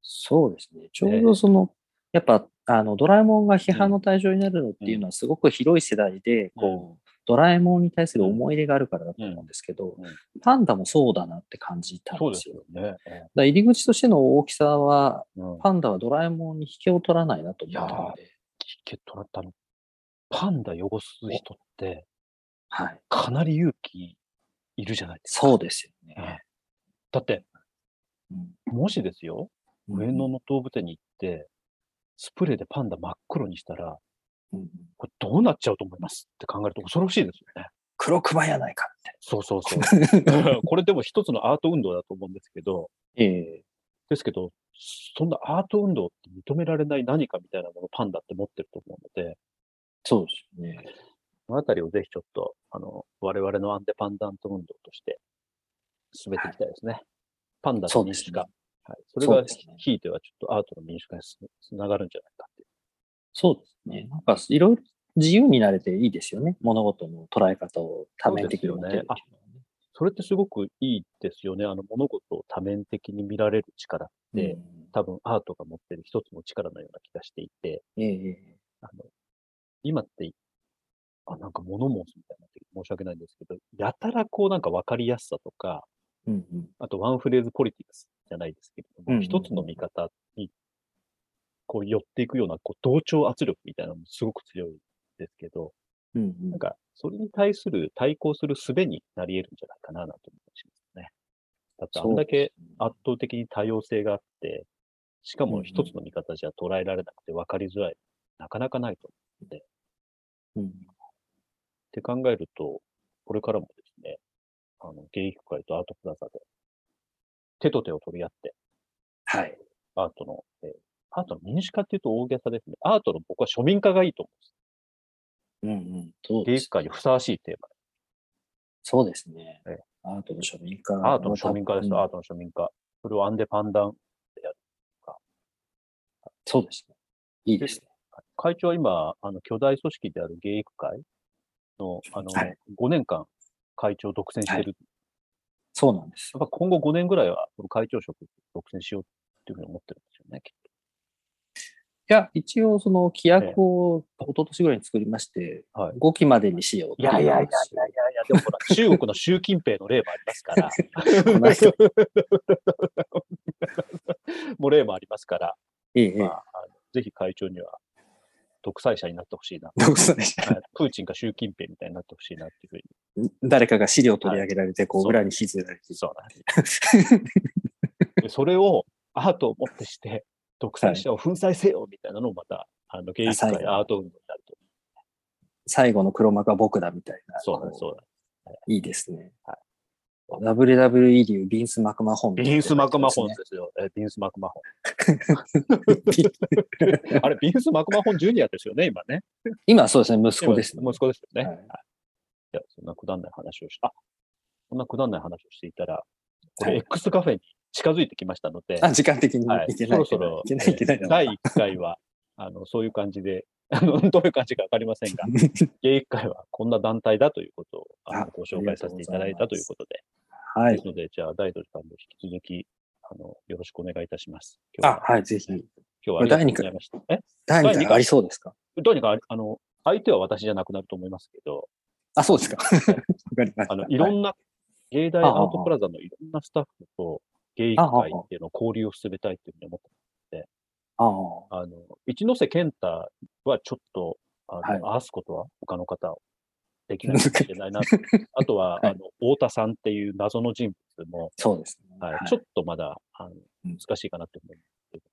[SPEAKER 2] そうですね。ちょうどその、やっぱ、あの、ドラえもんが批判の対象になるのっていうのは、すごく広い世代で、こう、ドラえもんに対する思い入れがあるからだと思うんですけど
[SPEAKER 1] うんうん、
[SPEAKER 2] パンダもそうだなって感じたんですよ。だか
[SPEAKER 1] ね。
[SPEAKER 2] ら入り口としての大きさは、
[SPEAKER 1] うん。
[SPEAKER 2] パンダはドラえもんに引けを取らないなと思ったので、
[SPEAKER 1] チケットだったの。パンダ汚す人って
[SPEAKER 2] はい。
[SPEAKER 1] かなり勇気いるじゃないですか。
[SPEAKER 2] そうですよ
[SPEAKER 1] うん
[SPEAKER 2] ね。
[SPEAKER 1] だって、もしですよ、
[SPEAKER 2] うん
[SPEAKER 1] 上野の動物園に行って、スプレーでパンダ真っ黒にしたら、
[SPEAKER 2] うん
[SPEAKER 1] これどうなっちゃうと思いますって考えると恐ろしいですよね。
[SPEAKER 2] 黒熊やないかっ
[SPEAKER 1] そうそうそう。
[SPEAKER 2] て。
[SPEAKER 1] これでも一つのアート運動だと思うんですけど、
[SPEAKER 2] ええ
[SPEAKER 1] ですけど、そんなアート運動って認められない何かみたいなものをパンダって持ってると思うので、
[SPEAKER 2] そうですよね。
[SPEAKER 1] そのあたりをぜひちょっと、あの、我々のアンデパンダント運動として、進めていきたいですね。パンダ
[SPEAKER 2] そ
[SPEAKER 1] の
[SPEAKER 2] うで
[SPEAKER 1] 民
[SPEAKER 2] す
[SPEAKER 1] 主
[SPEAKER 2] ね
[SPEAKER 1] 化。はい。それ
[SPEAKER 2] そう
[SPEAKER 1] が
[SPEAKER 2] ですね、
[SPEAKER 1] ひいてはちょっとアートの民主化につつながるんじゃないかっていう。
[SPEAKER 2] そうですね。なんかいろいろ自由になれていいですよね。物事の捉え方を多面的に持てるっていうのはね
[SPEAKER 1] それってすごくいいですよね。あの、物事を多面的に見られる力。
[SPEAKER 2] うん
[SPEAKER 1] で多分アートが持ってる一つの力のような気がしていて、
[SPEAKER 2] ええ
[SPEAKER 1] あの、今って、あ、なんか物申すみたいになって申し訳ないんですけど、やたらこうなんかわかりやすさとか、
[SPEAKER 2] うんうん
[SPEAKER 1] あとワンフレーズポリティクスじゃないですけれど
[SPEAKER 2] うんう
[SPEAKER 1] も、
[SPEAKER 2] ん
[SPEAKER 1] 一、つの見方にこう寄っていくようなこう同調圧力みたいなのもすごく強いですけど、
[SPEAKER 2] うんうん
[SPEAKER 1] なんか、それに対する、対抗する術になり得るんじゃないかな、なんて思いますね。だって、あんだけ圧倒的に多様性があって、しか
[SPEAKER 2] うんう
[SPEAKER 1] も
[SPEAKER 2] ん
[SPEAKER 1] 一つの見方じゃ捉えられなくて分かりづらい。なかなかないと。っ
[SPEAKER 2] うん
[SPEAKER 1] て考えると、これからもですね、あの、芸育会とアートプラザで、手と手を取り合って、
[SPEAKER 2] はい。
[SPEAKER 1] アートの、えーアートの民主化っていうと大げさですね。アートの僕は庶民化がいいと思うんです。
[SPEAKER 2] うんうん。そう
[SPEAKER 1] 芸
[SPEAKER 2] です
[SPEAKER 1] 術界にふさわしいテーマ
[SPEAKER 2] そうですね
[SPEAKER 1] ええ。
[SPEAKER 2] アートの庶民化。
[SPEAKER 1] アートの庶民化ですよ、
[SPEAKER 2] うん
[SPEAKER 1] アートの庶民化。それをアンデパンダン。
[SPEAKER 2] そうですね。いいですね。
[SPEAKER 1] 会長は今、あの、巨大組織である芸育会の、あの、
[SPEAKER 2] はい
[SPEAKER 1] 5年間会長を独占してる。
[SPEAKER 2] はいそうなんです
[SPEAKER 1] や。っぱ今後5年ぐらいは、この会長職独占しようっていうふうに思ってるんですよね、きっ
[SPEAKER 2] いや、一応、その、規約を一昨年ぐらいに作りまして、
[SPEAKER 1] はい
[SPEAKER 2] 5期までにしよう
[SPEAKER 1] と。いやいやいやいやいやいや、でもほら、中国の習近平の例もあります から。もう例もありますから、
[SPEAKER 2] えええ
[SPEAKER 1] ま
[SPEAKER 2] え
[SPEAKER 1] あ、あのぜひ会長には独裁者になってほしい な。
[SPEAKER 2] 独裁者
[SPEAKER 1] はいプーチンか習近平みたいになってほしいなっていうふうに。
[SPEAKER 2] 誰かが資料を取り上げられて、こう、
[SPEAKER 1] そう
[SPEAKER 2] 裏に引きずられて。
[SPEAKER 1] そうなんです。でそれをアートをもってして、独裁者を粉砕せよみたいなのをまた、あの、芸術界
[SPEAKER 2] 最後
[SPEAKER 1] アート運動になると。
[SPEAKER 2] 最後の黒幕は僕だみたいな。
[SPEAKER 1] そうなんです、
[SPEAKER 2] こ
[SPEAKER 1] そうなんで
[SPEAKER 2] ういいですね
[SPEAKER 1] は。
[SPEAKER 2] WWE 流ビンス・マクマホン。
[SPEAKER 1] す。ビンス・マクマホンですよ。えビンス・マクマホ ン。あれ、ビンス・マクマホンジュニアですよね、今ね。
[SPEAKER 2] 今、そうですね、息子ですね。
[SPEAKER 1] 今息子ですよね。
[SPEAKER 2] はい
[SPEAKER 1] いや、そんなくだんない話をし、あそんなくだんない話をしていたら、こ
[SPEAKER 2] は
[SPEAKER 1] れ
[SPEAKER 2] い
[SPEAKER 1] X カフェに近づいてきましたので、
[SPEAKER 2] あ、時間的に
[SPEAKER 1] はい
[SPEAKER 2] いけ
[SPEAKER 1] そ
[SPEAKER 2] ない。
[SPEAKER 1] ろそろ
[SPEAKER 2] いけない、いけない。いけな
[SPEAKER 1] 第
[SPEAKER 2] い
[SPEAKER 1] 1回は、あの、そういう感じで、あの、どういう感じかわかりませ んが、芸育会はこんな団体だということをあの
[SPEAKER 2] あ
[SPEAKER 1] ご紹介させていただいたということで、
[SPEAKER 2] は
[SPEAKER 1] で
[SPEAKER 2] い
[SPEAKER 1] す。ので、じゃあ、大道さんも引き続き、あの、よろしくお願いいたします。今日
[SPEAKER 2] あ
[SPEAKER 1] は、、
[SPEAKER 2] はい、ぜひ。
[SPEAKER 1] 今日はありがとうございました。え第
[SPEAKER 2] 第2
[SPEAKER 1] 二
[SPEAKER 2] 回
[SPEAKER 1] 回
[SPEAKER 2] ありそうですか
[SPEAKER 1] どうにか、あの、相手は私じゃなくなると思いますけど、
[SPEAKER 2] あ、そうですか。わかりました。
[SPEAKER 1] あの、いろんな、芸大アートプラザのいろんなスタッフと、芸育会っていうのを交流を進めたいっていうふうに思って
[SPEAKER 2] はい
[SPEAKER 1] あの、一ノ瀬健太はちょっと、あの、合わすことは他の方をできないかもしれないなと。あとは、
[SPEAKER 2] はい
[SPEAKER 1] あの、太田さんっていう謎の人物も、
[SPEAKER 2] そうですね。
[SPEAKER 1] はい
[SPEAKER 2] はい
[SPEAKER 1] ちょっとまだ、あの、
[SPEAKER 2] うん
[SPEAKER 1] 難しいかなって思うんですけど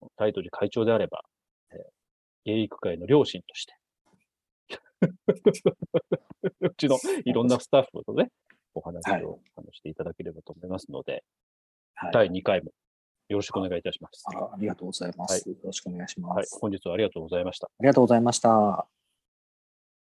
[SPEAKER 1] も、タイトル会長であれば、えー、芸育会の両親と して、うちのいろんなスタッフとね、お話
[SPEAKER 2] はい
[SPEAKER 1] を、あのしていただければと思いますので、
[SPEAKER 2] はい
[SPEAKER 1] 第2回もよろしくお願いいたします。
[SPEAKER 2] あらありがとうございます。よろしくお願いしま
[SPEAKER 1] はい、
[SPEAKER 2] す。
[SPEAKER 1] 本日はありがとうございました。
[SPEAKER 2] ありがとうございました。